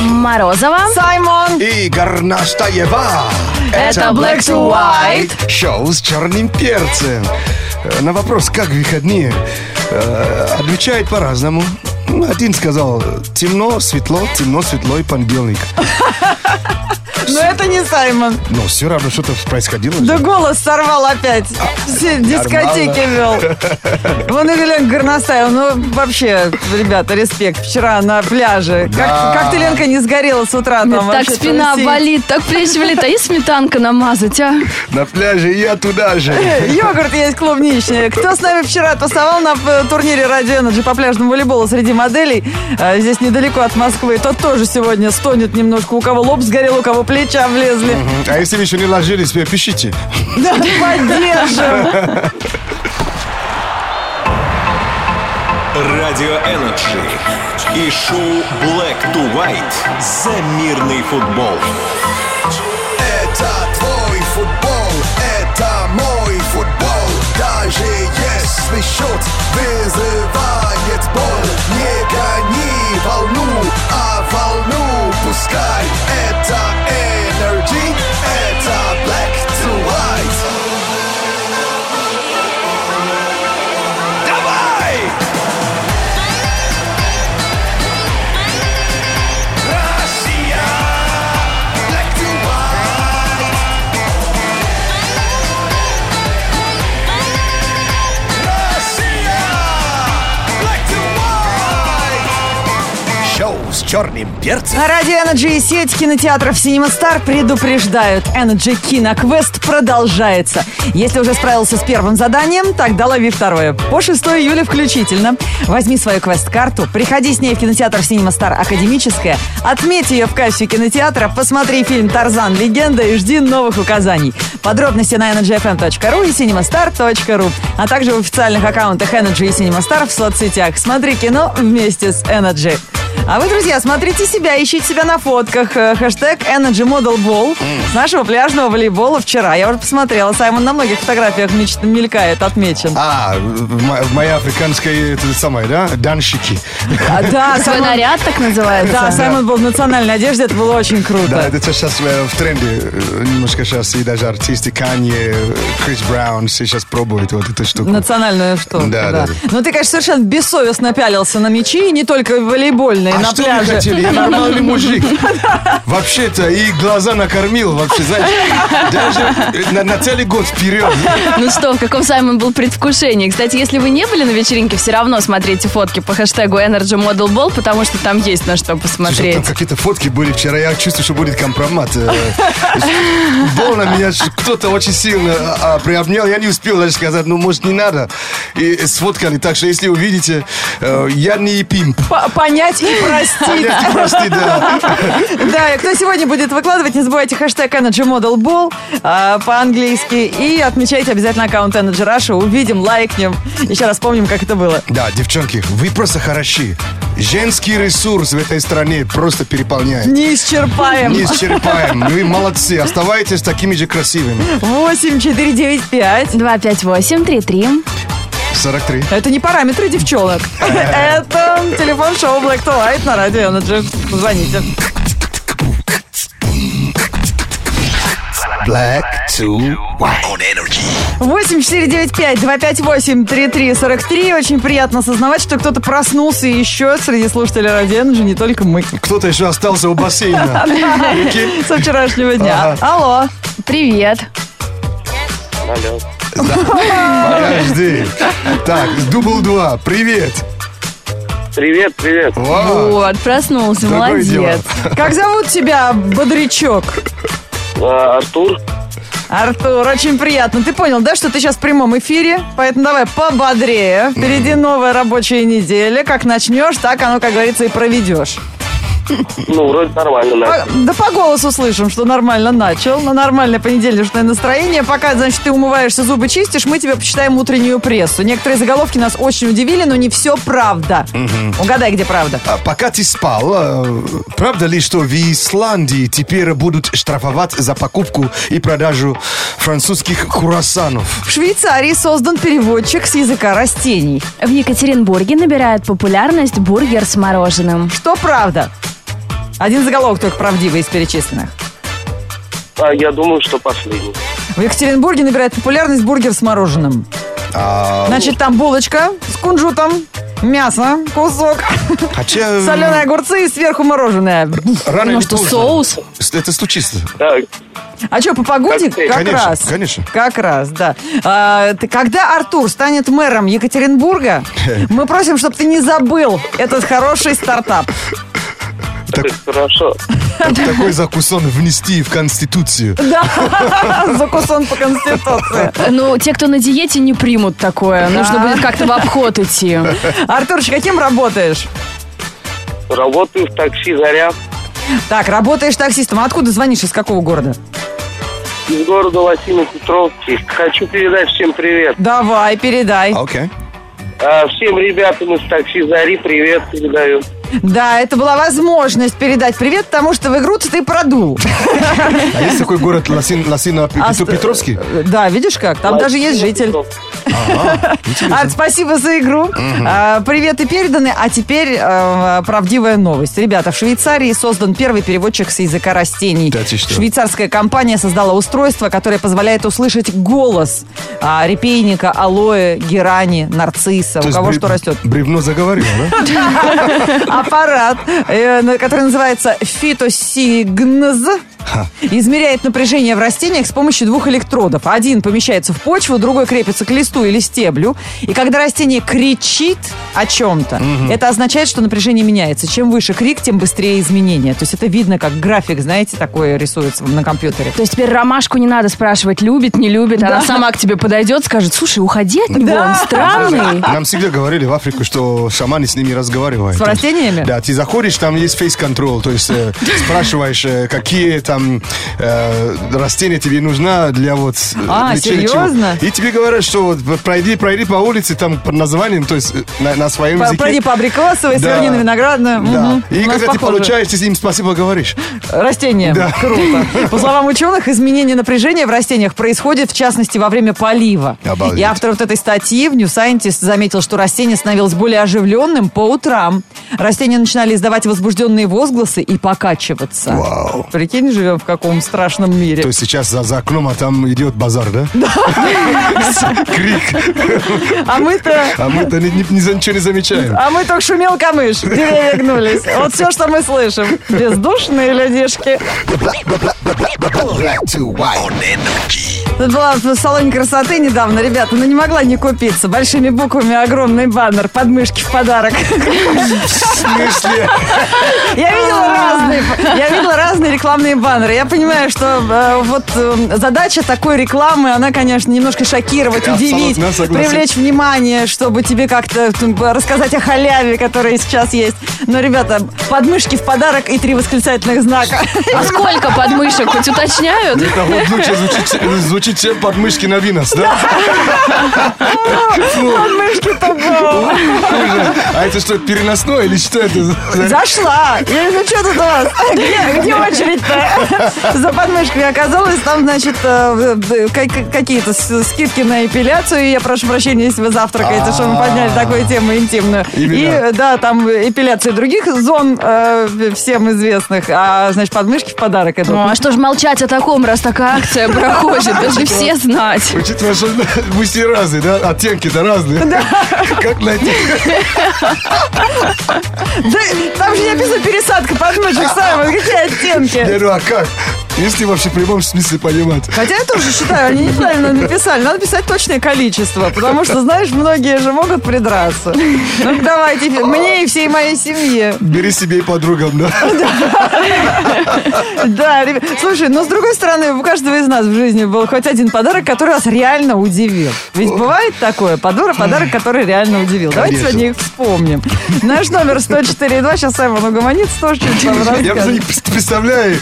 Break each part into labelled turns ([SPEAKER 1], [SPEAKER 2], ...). [SPEAKER 1] Морозова.
[SPEAKER 2] Саймон!
[SPEAKER 3] И Горнаштаева.
[SPEAKER 1] Это Black to White.
[SPEAKER 3] Шоу с черным перцем. Э, На вопрос, как выходные, э, отвечает по-разному. Ну, Один сказал, темно, светло, темно, светло и понедельник.
[SPEAKER 2] Но это не Саймон.
[SPEAKER 3] Но все равно что-то происходило.
[SPEAKER 2] Да голос сорвал опять. Все дискотеки вел. Вон Еленка Горностаева. Ну, вообще, ребята, респект. Вчера на пляже. Как,
[SPEAKER 3] Да.
[SPEAKER 2] как ты, Ленка, не сгорела с утра
[SPEAKER 1] Мне
[SPEAKER 2] там
[SPEAKER 1] так
[SPEAKER 2] вообще-то
[SPEAKER 1] спина
[SPEAKER 2] всей-
[SPEAKER 1] болит, так плечи болит, а есть сметанка намазать, а?
[SPEAKER 3] На пляже и я туда же.
[SPEAKER 2] Йогурт есть клубничный. Кто с нами вчера тусовал на э, турнире Radio Energy по пляжному волейболу среди моделей? э, Здесь недалеко от Москвы. Тот тоже сегодня стонет немножко. У кого лоб сгорел, у кого плеча влезли.
[SPEAKER 3] А если вы еще не ложились, вы пишите.
[SPEAKER 2] Да, поддержим.
[SPEAKER 4] Радио Энерджи и шоу Black to White за мирный футбол.
[SPEAKER 5] Это твой футбол, это мой футбол. Даже если счет вызывает боль, не гони волну, а волну пускай. Это Energy, это Black to White. Давай! Россия! Black to White! Россия! Black to White!
[SPEAKER 3] Шоу с черным перцем.
[SPEAKER 2] На Радио Energy и сеть кинотеатров Cinema Star предупреждают. Energy Киноквест продолжается. Если уже справился с первым заданием, тогда лови второе. По 6 июля включительно. Возьми свою квест-карту, приходи с ней в кинотеатр Cinema Star Академическая, отметь ее в кассе кинотеатра, посмотри фильм «Тарзан. Легенда» и жди новых указаний. Подробности на energyfm.ru и cinemastar.ru, а также в официальных аккаунтах Energy и Cinema Star в соцсетях. Смотри кино вместе с Energy. А вы, друзья, смотрите себя, ищите себя на фотках. Э, Хэштег Energy Model Ball с нашего пляжного волейбола вчера. Я уже посмотрела, Саймон на многих фотографиях меч- мелькает, отмечен.
[SPEAKER 3] А, в мо- в моя африканская, это самое, да? Данщики.
[SPEAKER 2] А, да,
[SPEAKER 1] Свой
[SPEAKER 2] Саймон,
[SPEAKER 1] наряд так называется.
[SPEAKER 2] да, Саймон был в национальной одежде, это было очень круто.
[SPEAKER 3] Да, это сейчас э, в тренде. э, Немножко сейчас и даже артисты Канье, э, Крис Браун все сейчас пробуют вот эту штуку.
[SPEAKER 2] Национальную штуку, да,
[SPEAKER 3] Да, да, да.
[SPEAKER 2] Ну, ты, конечно, совершенно бессовестно пялился на мячи, и не только волейбольные,
[SPEAKER 3] а
[SPEAKER 2] на
[SPEAKER 3] что
[SPEAKER 2] пляже.
[SPEAKER 3] вы хотели? Я нормальный мужик. Вообще-то и глаза накормил вообще, знаешь. Даже на, на целый год вперед.
[SPEAKER 1] Ну что, в каком Саймон был предвкушении. Кстати, если вы не были на вечеринке, все равно смотрите фотки по хэштегу Energy Model Ball, потому что там есть на что
[SPEAKER 3] Слушай, там
[SPEAKER 1] посмотреть.
[SPEAKER 3] какие-то фотки были вчера, я чувствую, что будет компромат. Э, Бол на меня ш- кто-то очень сильно а, приобнял, я не успел даже сказать, ну, может, не надо. И сфоткали, так что, если увидите, э, я не пимп.
[SPEAKER 2] П- Понять и простить.
[SPEAKER 3] Я Прости, да.
[SPEAKER 2] Да, и кто сегодня будет выкладывать, не забывайте хэштег Energy Model Ball а, по-английски. И отмечайте обязательно аккаунт Energy Russia. Увидим, лайкнем. Еще раз помним, как это было.
[SPEAKER 3] Да, девчонки, вы просто хороши. Женский ресурс в этой стране просто переполняет.
[SPEAKER 2] Не
[SPEAKER 3] Не
[SPEAKER 2] исчерпаем.
[SPEAKER 3] исчерпаем. Вы молодцы. Оставайтесь такими же красивыми.
[SPEAKER 2] 8, 4, 9, 5.
[SPEAKER 1] 258-33.
[SPEAKER 3] 43.
[SPEAKER 2] Это не параметры девчонок. Это телефон шоу Black to White на радио Energy. Звоните.
[SPEAKER 3] Black to white.
[SPEAKER 2] 8495-258-3343. Очень приятно осознавать, что кто-то проснулся еще среди слушателей радио Energy, не только мы.
[SPEAKER 3] Кто-то еще остался у бассейна. Прикинь?
[SPEAKER 2] Со вчерашнего дня. Алло.
[SPEAKER 1] Привет.
[SPEAKER 6] Алло.
[SPEAKER 3] Подожди. Так, дубл 2. Привет.
[SPEAKER 6] Привет, привет.
[SPEAKER 3] Вау.
[SPEAKER 1] Вот, проснулся,
[SPEAKER 3] А, Другое дело.
[SPEAKER 1] молодец.
[SPEAKER 2] Как зовут тебя, бодрячок?
[SPEAKER 6] А, Артур.
[SPEAKER 2] Артур, очень приятно. Ты понял, да, что ты сейчас в прямом эфире? Поэтому давай пободрее. Впереди новая рабочая неделя. Как начнешь, так оно, как говорится, и проведешь.
[SPEAKER 6] Ну, вроде нормально,
[SPEAKER 2] По-
[SPEAKER 6] Настя.
[SPEAKER 2] да по голосу слышим, что нормально начал. На нормальное понедельничное настроение. Пока, значит, ты умываешься, зубы чистишь, мы тебе почитаем утреннюю прессу. Некоторые заголовки нас очень удивили, но не все правда. Угадай, где правда.
[SPEAKER 3] А Пока ты спал, э, правда ли, что в Исландии теперь будут штрафовать за покупку и продажу французских курасанов?
[SPEAKER 2] В Швейцарии создан переводчик с языка растений.
[SPEAKER 1] В Екатеринбурге набирает популярность бургер с мороженым.
[SPEAKER 2] Что правда? Один заголовок только правдивый из перечисленных.
[SPEAKER 6] А, я думаю, что последний.
[SPEAKER 2] В Екатеринбурге набирает популярность бургер с мороженым.
[SPEAKER 3] А,
[SPEAKER 2] Значит, там булочка с кунжутом, мясо, кусок,
[SPEAKER 3] хотя... м,
[SPEAKER 2] соленые огурцы и сверху мороженое.
[SPEAKER 3] Рано
[SPEAKER 1] Ну
[SPEAKER 3] или
[SPEAKER 1] что,
[SPEAKER 3] поздно.
[SPEAKER 1] соус?
[SPEAKER 3] С- Это случится.
[SPEAKER 6] Так,
[SPEAKER 2] А что, по погоде?
[SPEAKER 6] Коктейль.
[SPEAKER 2] Как
[SPEAKER 3] Конечно,
[SPEAKER 2] раз.
[SPEAKER 3] конечно.
[SPEAKER 2] Как раз, да. А, ты- когда Артур станет мэром Екатеринбурга, мы просим, чтобы ты не забыл этот хороший стартап.
[SPEAKER 3] Так-
[SPEAKER 6] хорошо.
[SPEAKER 3] такой закусон внести в Конституцию.
[SPEAKER 2] Да, закусон по Конституции.
[SPEAKER 1] Ну, те, кто на диете, не примут такое. Нужно будет как-то в обход идти.
[SPEAKER 2] Артурчик, каким работаешь?
[SPEAKER 6] Работаю в такси «Заря»
[SPEAKER 2] Так, работаешь таксистом. А Откуда звонишь? Из какого города?
[SPEAKER 6] из города Лосино-Петровки. Хочу передать всем привет.
[SPEAKER 2] Давай, передай.
[SPEAKER 3] Окей.
[SPEAKER 6] А, всем ребятам из такси «Зари» привет передаю.
[SPEAKER 2] Да, это была возможность передать привет, потому что в игру ты продул.
[SPEAKER 3] А есть такой город Лосин, Лосино
[SPEAKER 2] Аст-
[SPEAKER 3] Петровский?
[SPEAKER 2] Да, видишь как? Там даже есть житель. Арт, спасибо за игру. А, Приветы переданы, а теперь э, правдивая новость. Ребята, в Швейцарии создан первый переводчик с языка растений.
[SPEAKER 3] Да ты что?
[SPEAKER 2] Швейцарская компания создала устройство, которое позволяет услышать голос а, репейника, алоэ, герани, нарцисса, у кого что растет.
[SPEAKER 3] Бревно заговорило, да?
[SPEAKER 2] аппарат, э, на- который называется фитосигнз, измеряет напряжение в растениях с помощью двух электродов. Один помещается в почву, другой крепится к листу или стеблю. И когда растение кричит о чем-то, это означает, что напряжение меняется. Чем выше крик, тем быстрее изменения. То есть это видно, как график, знаете, такой рисуется на компьютере.
[SPEAKER 1] То есть теперь ромашку не надо спрашивать, любит, не любит. Она сама к тебе подойдет, скажет, слушай, уходи от него, он странный.
[SPEAKER 3] Нам всегда говорили в Африку, что шаманы с ними разговаривают.
[SPEAKER 2] С растениями?
[SPEAKER 3] Да, ты заходишь, там есть фейс-контроль, то есть э, спрашиваешь, э, какие там э, растения тебе нужна для вот... э,
[SPEAKER 2] А,
[SPEAKER 3] лечения чего.
[SPEAKER 2] серьезно?
[SPEAKER 3] И тебе говорят, что вот пройди, пройди по улице, там под названием, то есть э, на, на своем
[SPEAKER 2] По-
[SPEAKER 3] языке.
[SPEAKER 2] Пройди по абрикосовой,
[SPEAKER 3] Да.
[SPEAKER 2] сверни на виноградную.
[SPEAKER 3] Да.
[SPEAKER 2] Мгм.
[SPEAKER 3] И
[SPEAKER 2] У нас
[SPEAKER 3] когда ты
[SPEAKER 2] похоже.
[SPEAKER 3] получаешь, ты с ним спасибо говоришь.
[SPEAKER 2] растения.
[SPEAKER 3] Да.
[SPEAKER 2] Круто. По словам ученых, изменение напряжения в растениях происходит, в частности, во время полива.
[SPEAKER 3] Обалдеть.
[SPEAKER 2] И автор вот этой статьи в New Scientist заметил, что растение становилось более оживленным по утрам. Растения начинали издавать возбужденные возгласы и покачиваться.
[SPEAKER 3] Вау.
[SPEAKER 2] Прикинь, живем в каком страшном мире.
[SPEAKER 3] То есть сейчас за, за окном, а там идет базар, да? Крик.
[SPEAKER 2] А мы-то...
[SPEAKER 3] А мы-то ни- ни- ни за ничего не замечаем.
[SPEAKER 2] А мы только шумел камыш, деревья гнулись. Вот все, что мы слышим. Бездушные людишки. Тут была в салоне красоты недавно, ребята, ну не могла не купиться. Большими буквами огромный баннер, подмышки в подарок.
[SPEAKER 3] В смысле?
[SPEAKER 2] Я видела
[SPEAKER 3] А.
[SPEAKER 2] разные, я видела разные рекламные баннеры. Я понимаю, что э, вот э, задача такой рекламы, она, конечно, немножко шокировать,
[SPEAKER 3] Я
[SPEAKER 2] удивить,
[SPEAKER 3] абсолютно согласен.
[SPEAKER 2] привлечь внимание, чтобы тебе как-то там, рассказать о халяве, которая сейчас есть. Но, ребята, подмышки в подарок и три восклицательных знака.
[SPEAKER 1] А сколько подмышек, хоть уточняют?
[SPEAKER 3] Это вот лучше звучит, звучит, чем подмышки на винос, да? Фу,
[SPEAKER 2] Подмышки-то
[SPEAKER 3] ужас. А это что, переносное или что это? за-
[SPEAKER 2] Зашла. Я говорю, ну что тут у вас? Где, где очередь-то? За подмышками оказалось, там, значит, э, э, как- какие-то с- скидки на эпиляцию. И я прошу прощения, если вы завтракаете, что мы подняли такую тему интимную. И,
[SPEAKER 3] Именно.
[SPEAKER 2] э, да, там эпиляция других зон э, всем известных. А, значит, подмышки в подарок идут.
[SPEAKER 1] Ну, а что ж молчать о таком, раз такая акция проходит? Должны все знать.
[SPEAKER 3] Учитывая, что мы все разные, да? Оттенки-то разные. Как найти?
[SPEAKER 2] Да, там же не написано пересадка подмышек, Саймон, какие
[SPEAKER 3] Я
[SPEAKER 2] оттенки?
[SPEAKER 3] говорю, а как? Если вообще в прямом смысле понимать.
[SPEAKER 2] Хотя я тоже считаю, они неправильно написали. Надо писать точное количество, потому что, знаешь, многие же могут придраться. Ну, давайте, мне и всей моей семье.
[SPEAKER 3] Бери себе и подругам, да?
[SPEAKER 2] Да, ребят. Слушай, но с другой стороны, у каждого из нас в жизни был хоть один подарок, который вас реально удивил. Ведь бывает такое, подора, подарок, который реально удивил. Давайте
[SPEAKER 3] Конечно.
[SPEAKER 2] сегодня их вспомним. Наш номер 104.2, сейчас Саймон угомонится, тоже что-нибудь вам
[SPEAKER 3] Я
[SPEAKER 2] расскажет.
[SPEAKER 3] просто не представляю.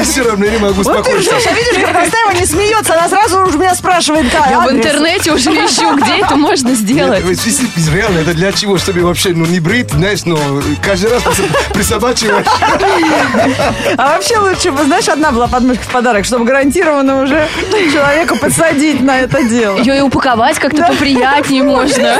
[SPEAKER 3] И все равно я не могу
[SPEAKER 2] Вот ты
[SPEAKER 3] успокоиться.
[SPEAKER 2] ржешь, а видишь, Горностаева не смеется, она сразу уж меня спрашивает, да,
[SPEAKER 1] Я в
[SPEAKER 2] адрес.
[SPEAKER 1] интернете уже ищу, где это можно сделать.
[SPEAKER 3] Нет, вы действительно, реально, это для чего? Чтобы вообще, ну, не брить, знаешь, но каждый раз присо- присобачиваешь.
[SPEAKER 2] А вообще лучше бы, знаешь, одна была подмышка в подарок, чтобы гарантированно уже человека подсадить на это дело.
[SPEAKER 1] Ее и упаковать как-то поприятнее можно.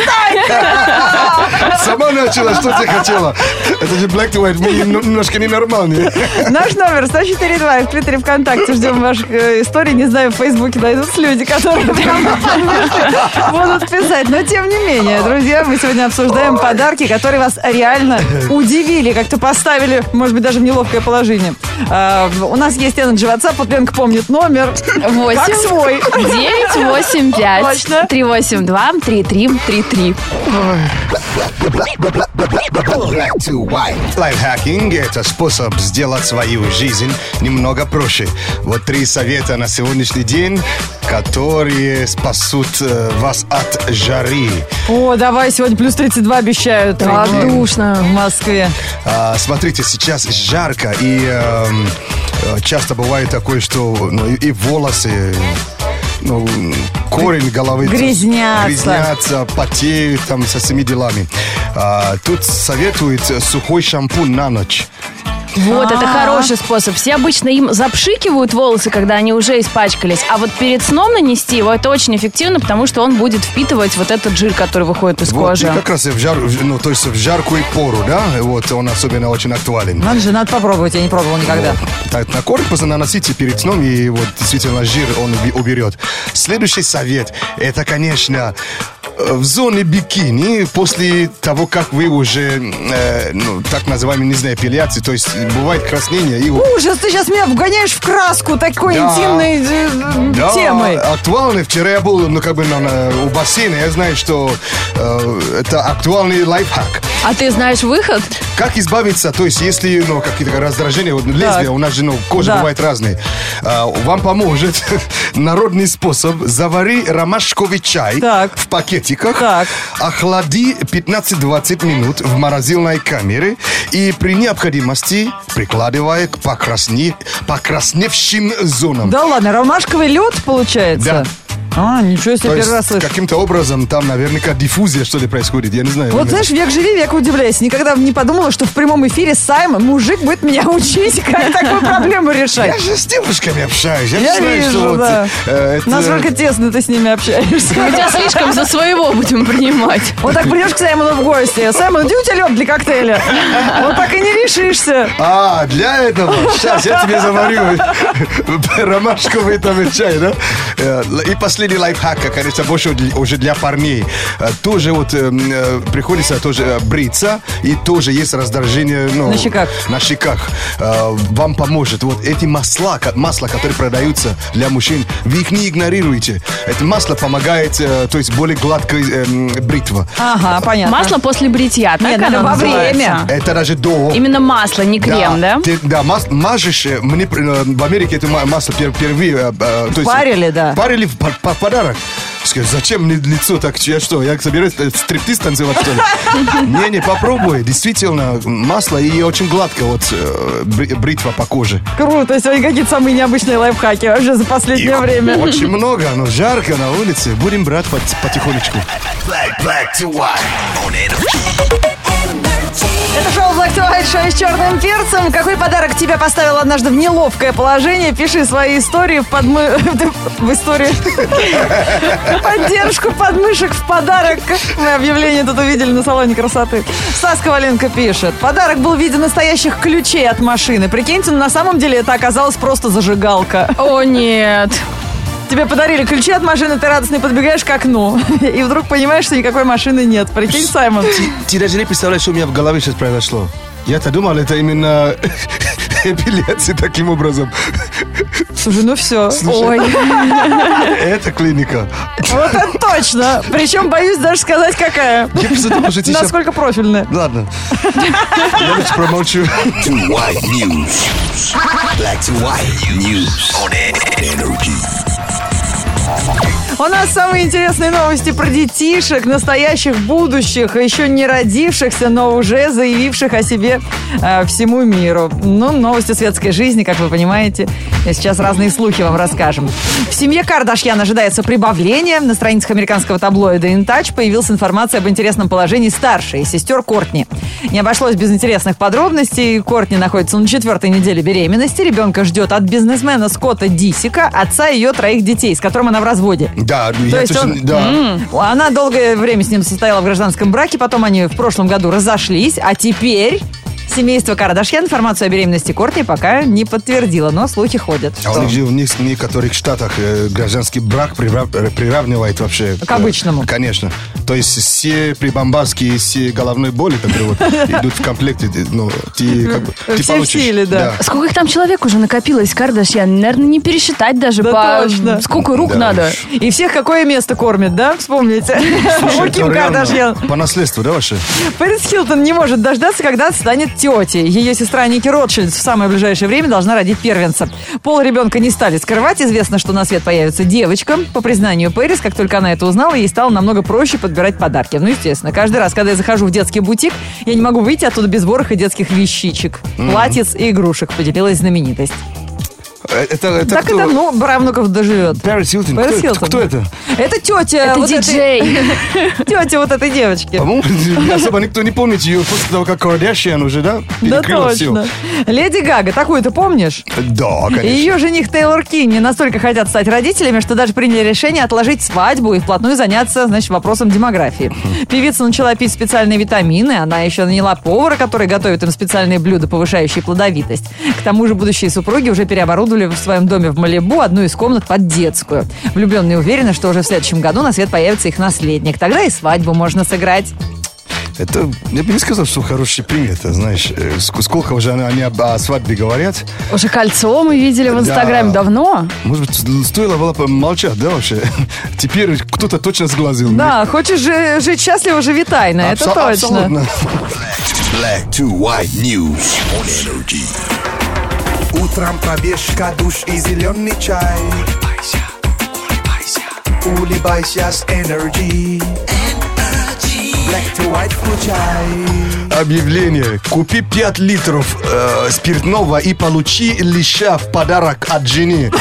[SPEAKER 3] Сама начала, что ты хотела? Это же Black to White, мы нем- немножко ненормальные.
[SPEAKER 2] Наш номер 104.2 и в Твиттере ВКонтакте. Ждем ваших э, историй. Не знаю, в Фейсбуке найдутся люди, которые прям на подмышке будут писать. Но тем не менее, друзья, мы сегодня обсуждаем подарки, которые вас реально удивили. Как-то поставили, может быть, даже в неловкое положение. А, У нас есть Energy WhatsApp. Вот Ленка помнит номер. Как
[SPEAKER 1] Восемь.
[SPEAKER 2] свой.
[SPEAKER 1] 985
[SPEAKER 2] Точно.
[SPEAKER 1] 382 3333.
[SPEAKER 3] Black to White. Лайфхакинг – это способ сделать свою жизнь немного проще. Вот три совета на сегодняшний день, которые спасут э, вас от жары.
[SPEAKER 2] О, давай, сегодня плюс 32 обещают.
[SPEAKER 1] Да,
[SPEAKER 2] Прикинь.
[SPEAKER 1] душно.
[SPEAKER 2] В Москве.
[SPEAKER 3] А, смотрите, сейчас жарко, и эм, э, часто бывает такое, что ну, и, и волосы, ну, корень головы
[SPEAKER 2] Грязнятся.
[SPEAKER 3] грязнятся, потеют там со всеми делами. А, тут советует сухой шампунь на ночь.
[SPEAKER 1] Вот,
[SPEAKER 2] А.
[SPEAKER 1] это хороший способ. Все обычно им запшикивают волосы, когда они уже испачкались. А вот перед сном нанести его, это очень эффективно, потому что он будет впитывать вот этот жир, который выходит из
[SPEAKER 3] Вот, и
[SPEAKER 1] кожи.
[SPEAKER 3] как раз в, жар, в- ну, то есть в жаркую пору, да, вот он особенно очень актуален.
[SPEAKER 2] Надо же, надо попробовать, я не пробовал никогда.
[SPEAKER 3] Так, на корень просто наносите перед сном, и вот действительно жир он уби- уберет. Следующий совет, это, конечно, э, в зоне бикини, после того, как вы уже, э, ну, так называемый, не знаю, эпиляции, то есть бывает краснение, и вот...
[SPEAKER 2] Ужас, ты сейчас меня вгоняешь в краску такой
[SPEAKER 3] Да.
[SPEAKER 2] интимной э,
[SPEAKER 3] Да,
[SPEAKER 2] темой.
[SPEAKER 3] актуальный. Вчера я был, ну, как бы, на- на- у бассейна. Я знаю, что э, это актуальный лайфхак.
[SPEAKER 1] А ты знаешь выход?
[SPEAKER 3] Как избавиться, то есть если ну, какие-то раздражения, вот лезвия, у нас же ну, кожа
[SPEAKER 2] Да.
[SPEAKER 3] бывает разные, А, вам поможет народный способ. Завари ромашковый чай
[SPEAKER 2] Так.
[SPEAKER 3] в пакетиках,
[SPEAKER 2] Так.
[SPEAKER 3] охлади 15-20 минут в морозильной камере и при необходимости прикладывая к покрасне- покрасневшим зонам.
[SPEAKER 2] Да ладно, ромашковый лед получается? А, ничего себе,
[SPEAKER 3] То
[SPEAKER 2] первый раз
[SPEAKER 3] есть
[SPEAKER 2] слышу.
[SPEAKER 3] каким-то образом там наверняка диффузия что ли происходит, я не знаю.
[SPEAKER 2] Вот знаешь, век живи, век удивляйся. Никогда не подумала, что в прямом эфире Сайм мужик будет меня учить, как такую проблему решать.
[SPEAKER 3] я же с девушками общаюсь. Я,
[SPEAKER 2] Я
[SPEAKER 3] не знаю, что
[SPEAKER 2] вижу,
[SPEAKER 3] вот,
[SPEAKER 2] да.
[SPEAKER 3] э, это-
[SPEAKER 2] Насколько тесно ты с ними
[SPEAKER 1] Мы
[SPEAKER 2] общаешься.
[SPEAKER 1] тебя слишком за своего будем принимать.
[SPEAKER 2] Вот так придешь к Саймону в гости. Саймон, где у тебя лед для коктейля? Вот так и не решишься.
[SPEAKER 3] А, для этого. Сейчас я тебе заварю ромашковый там чай, да? Э, И последний лайфхак, как говорится, больше для- уже для парней. Э, Тоже вот эм, э, приходится тоже э, бриться, и тоже есть раздражение. ну,
[SPEAKER 2] На щеках.
[SPEAKER 3] На щеках. Э, Вам поможет. Вот эти масла, ко- масла, которые продаются для мужчин, вы их не игнорируете. Это масло помогает, э, то есть более гладкая эм, бритва.
[SPEAKER 2] Ага, понятно.
[SPEAKER 1] Масло после бритья, так
[SPEAKER 2] Нет,
[SPEAKER 1] оно
[SPEAKER 2] надо во
[SPEAKER 1] называется?
[SPEAKER 2] время.
[SPEAKER 3] Это даже до.
[SPEAKER 1] Именно масло, не крем, да?
[SPEAKER 3] А, Ты, да, мас- мажешь. э, Мне при- э, в Америке это ма- масло пер- впервые... э, э, то есть,
[SPEAKER 2] Парили, да.
[SPEAKER 3] Парили в пар- по- подарок. Скажи, зачем мне лицо так? Я что, я собираюсь э, стриптиз танцевать, что ли? Не-не, попробуй. Действительно, масло и очень гладко вот э, бри- бритва по коже.
[SPEAKER 2] Круто, сегодня какие-то самые необычные лайфхаки вообще за последнее
[SPEAKER 3] Их
[SPEAKER 2] время.
[SPEAKER 3] Очень много, но жарко на улице. Будем брать пот- потихонечку.
[SPEAKER 4] Black, black to white on energy.
[SPEAKER 2] Это шоу Black to White, шоу с черным перцем. Какой подарок тебя поставил однажды в неловкое положение? Пиши свои истории в подмы... в историю. Поддержку подмышек в подарок. Мы объявление тут увидели на салоне красоты. Сас Коваленко пишет. Подарок был в виде настоящих ключей от машины. Прикиньте, на самом деле это оказалась просто зажигалка.
[SPEAKER 1] О, нет.
[SPEAKER 2] Тебе подарили ключи от машины, ты радостно подбегаешь к окну. И вдруг понимаешь, что никакой машины нет. Прикинь, Саймон.
[SPEAKER 3] Ты даже не представляешь, что у меня в голове сейчас произошло. Я-то думал, это именно эпиляция таким образом.
[SPEAKER 2] Слушай, ну все.
[SPEAKER 1] Ой.
[SPEAKER 3] Это клиника.
[SPEAKER 2] Вот это точно. Причем боюсь даже сказать, какая.
[SPEAKER 3] Я просто думал, что ты сейчас...
[SPEAKER 2] Насколько профильная.
[SPEAKER 3] Ладно. Я лучше промолчу.
[SPEAKER 4] To white news. Black to white news on energy.
[SPEAKER 2] У нас самые интересные новости про детишек, настоящих, будущих, еще не родившихся, но уже заявивших о себе э, всему миру. Ну, новости светской жизни, как вы понимаете. И Сейчас разные слухи вам расскажем. В семье Кардашьян ожидается прибавление. На страницах американского таблоида InTouch появилась информация об интересном положении старшей сестер Кортни. Не обошлось без интересных подробностей. Кортни находится на четвертой неделе беременности. Ребенка ждет от бизнесмена Скотта Дисика, отца ее троих детей, с которым она в разводе.
[SPEAKER 3] Да,
[SPEAKER 2] То
[SPEAKER 3] я
[SPEAKER 2] есть
[SPEAKER 3] точно...
[SPEAKER 2] он-
[SPEAKER 3] Да.
[SPEAKER 2] Она долгое время с ним состояла в гражданском браке, потом они в прошлом году разошлись, а теперь... Семейство Кардашьян информацию о беременности Кортни пока не подтвердило, но слухи ходят.
[SPEAKER 3] А у
[SPEAKER 2] что-
[SPEAKER 3] них же в них- в некоторых штатах э, гражданский брак прирав- э, приравнивает вообще
[SPEAKER 2] К обычному.
[SPEAKER 3] э, конечно. То есть все прибамбаски и все головной боли, которые вот идут в комплекте, ты, ну, ты, как бы, ты
[SPEAKER 2] Все в
[SPEAKER 3] получишь.
[SPEAKER 2] силе, да.
[SPEAKER 1] Сколько их там человек уже накопилось, Кардашьян? Наверное, не пересчитать даже
[SPEAKER 2] Да
[SPEAKER 1] по...
[SPEAKER 2] точно.
[SPEAKER 1] Сколько рук
[SPEAKER 3] Да
[SPEAKER 1] надо?
[SPEAKER 3] уж.
[SPEAKER 2] И всех какое место кормит, да? Вспомните. У
[SPEAKER 3] Слушай,
[SPEAKER 2] Ким
[SPEAKER 3] это реально
[SPEAKER 2] Кардашьян.
[SPEAKER 3] По наследству, да, вообще?
[SPEAKER 2] Пэрис Хилтон не может дождаться, когда станет тетей. Ее сестра Ники Ротшильд в самое ближайшее время должна родить первенца. Пол ребенка не стали скрывать. Известно, что на свет появится девочка. По признанию Пэрис, как только она это узнала, ей стало намного проще подбирать подарки. Ну, естественно, каждый раз, когда я захожу в детский бутик, я не могу выйти оттуда без вороха детских вещичек, платьиц и игрушек, поделилась знаменитость.
[SPEAKER 3] Э, Это, это
[SPEAKER 2] так
[SPEAKER 3] кто?
[SPEAKER 2] и давно правнуков доживет.
[SPEAKER 3] Пэрис Хилтон.
[SPEAKER 2] Пэрис
[SPEAKER 3] Кто это?
[SPEAKER 2] Хилтон.
[SPEAKER 3] Кто это?
[SPEAKER 2] Это тетя.
[SPEAKER 1] Это
[SPEAKER 2] А вот этой-
[SPEAKER 1] диджей.
[SPEAKER 2] тетя вот этой девочки.
[SPEAKER 3] По-моему, особо никто не помнит ее после того, как Кардашьян уже, да?
[SPEAKER 2] Да
[SPEAKER 3] перекрыла всё.
[SPEAKER 2] точно. Леди Гага, такую ты помнишь?
[SPEAKER 3] Да,
[SPEAKER 2] И
[SPEAKER 3] конечно.
[SPEAKER 2] Ее жених Тейлор Кинни настолько хотят стать родителями, что даже приняли решение отложить свадьбу и вплотную заняться, значит, вопросом демографии. Певица начала пить специальные витамины, она еще наняла повара, который готовит им специальные блюда, повышающие плодовитость. К тому же будущие супруги уже переоборудовали в своем доме в Малибу одну из комнат под детскую. Влюбленные уверены, что уже в следующем году на свет появится их наследник. Тогда и свадьбу можно сыграть.
[SPEAKER 3] Это, я бы не сказал, что хороший пример, это, знаешь, э, ск- сколько уже они- они об- о свадьбе говорят,
[SPEAKER 1] Уже кольцо мы видели в
[SPEAKER 3] Да.
[SPEAKER 1] Инстаграме давно.
[SPEAKER 3] Может быть, л- стоило было помолчать, да, вообще? Теперь кто-то точно сглазил.
[SPEAKER 2] Да, хочешь же- жить счастливо, живи тайно, это
[SPEAKER 3] Абсо-
[SPEAKER 2] точно.
[SPEAKER 3] абсолютно.
[SPEAKER 7] Black to white news on energy.
[SPEAKER 5] Утром пробежка, душ и зеленый чай. Улыбайся с Energy. Black to white включай.
[SPEAKER 3] Объявление. Купи 5 литров э, спиртного и получи леща в подарок от жены.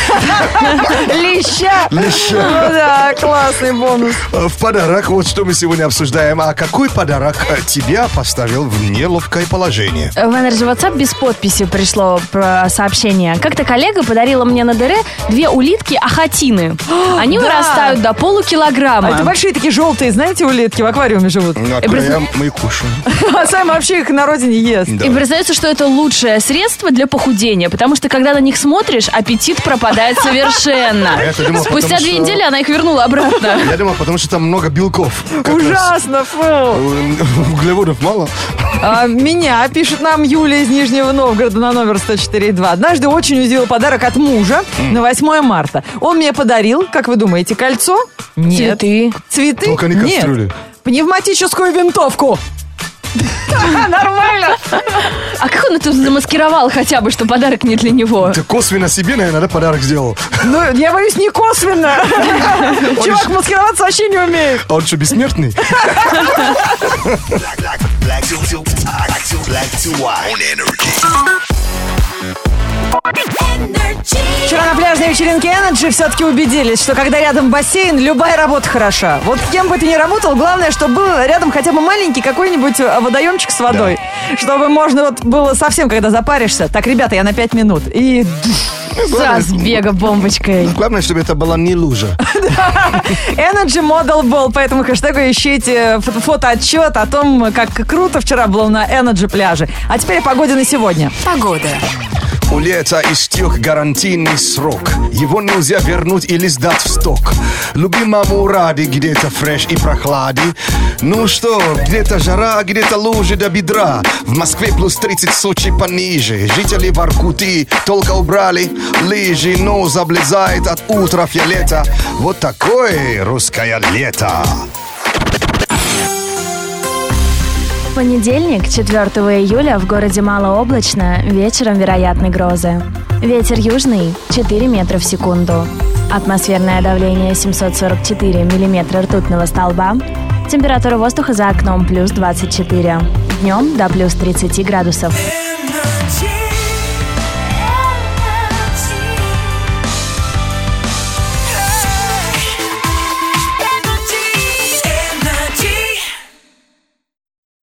[SPEAKER 2] Леща!
[SPEAKER 3] Леща.
[SPEAKER 2] Ну да, классный бонус.
[SPEAKER 3] Э, В подарок, вот что мы сегодня обсуждаем. А какой подарок э, тебя поставил в неловкое положение?
[SPEAKER 1] В Energy WhatsApp без подписи пришло про сообщение. Как-то коллега подарила мне на дыре две улитки ахатины. Они
[SPEAKER 2] да.
[SPEAKER 1] вырастают до
[SPEAKER 2] А
[SPEAKER 1] полукилограмма.
[SPEAKER 2] это большие такие желтые, знаете, улитки в аквариуме живут.
[SPEAKER 3] На
[SPEAKER 1] Э, брыз-
[SPEAKER 3] краям мы кушаем.
[SPEAKER 2] А сам вообще их на родине ест.
[SPEAKER 3] Да.
[SPEAKER 1] И признается, что это лучшее средство для похудения, потому что когда на них смотришь, аппетит пропадает совершенно.
[SPEAKER 3] А я-то думал,
[SPEAKER 1] Спустя
[SPEAKER 3] потому
[SPEAKER 1] две
[SPEAKER 3] что-
[SPEAKER 1] недели она их вернула обратно.
[SPEAKER 3] Я думал, потому что там много белков. Как раз.
[SPEAKER 2] Ужасно, фу.
[SPEAKER 3] У- Углеводов мало.
[SPEAKER 2] А, меня, пишет нам Юлия из Нижнего Новгорода на номер 104.2. Однажды очень удивил подарок от мужа на 8 марта. Он мне подарил, как вы думаете, кольцо? Нет.
[SPEAKER 1] Цветы.
[SPEAKER 2] Цветы?
[SPEAKER 3] Только не
[SPEAKER 2] Нет.
[SPEAKER 3] кастрюли.
[SPEAKER 2] Пневматическую винтовку. Нормально.
[SPEAKER 1] А как он это замаскировал хотя бы, что подарок не для него?
[SPEAKER 3] Ты косвенно себе, наверное, да, подарок сделал.
[SPEAKER 2] Ну, я боюсь, не косвенно. Чувак, маскироваться вообще не умеет.
[SPEAKER 3] А он что, бессмертный?
[SPEAKER 7] Black to, to, black to, black to white on energy.
[SPEAKER 2] Вчера на пляжной вечеринке Energy все-таки убедились, что когда рядом бассейн, любая работа хороша. Вот кем бы ты ни работал, главное, чтобы был рядом хотя бы маленький какой-нибудь э, водоемчик с водой. Чтобы можно вот было совсем, когда запаришься. Так, ребята, я на 5 минут. И
[SPEAKER 1] За сбега бомбочкой.
[SPEAKER 3] Главное, чтобы это была не лужа.
[SPEAKER 2] Energy Model Ball. Поэтому хэштегу ищите фото- фотоотчет о том, как круто вчера было на Energy пляже. А теперь о погоде на сегодня.
[SPEAKER 3] У лета истек гарантийный срок. Его нельзя вернуть или сдать в сток. Любимому ради где-то фреш и прохлади. Ну что, где-то жара, где-то лужи до бедра. В Москве плюс 30, в Сочи пониже. Жители Воркуты только убрали лыжи, но заблезает от утра фиолета. Вот такое русское лето.
[SPEAKER 8] Понедельник, 4 июля, в городе Малооблачно, вечером вероятны грозы. Ветер южный 4 метра в секунду. Атмосферное давление 744 миллиметра ртутного столба. Температура воздуха за окном плюс 24. Днем до плюс 30 градусов.
[SPEAKER 9] energy.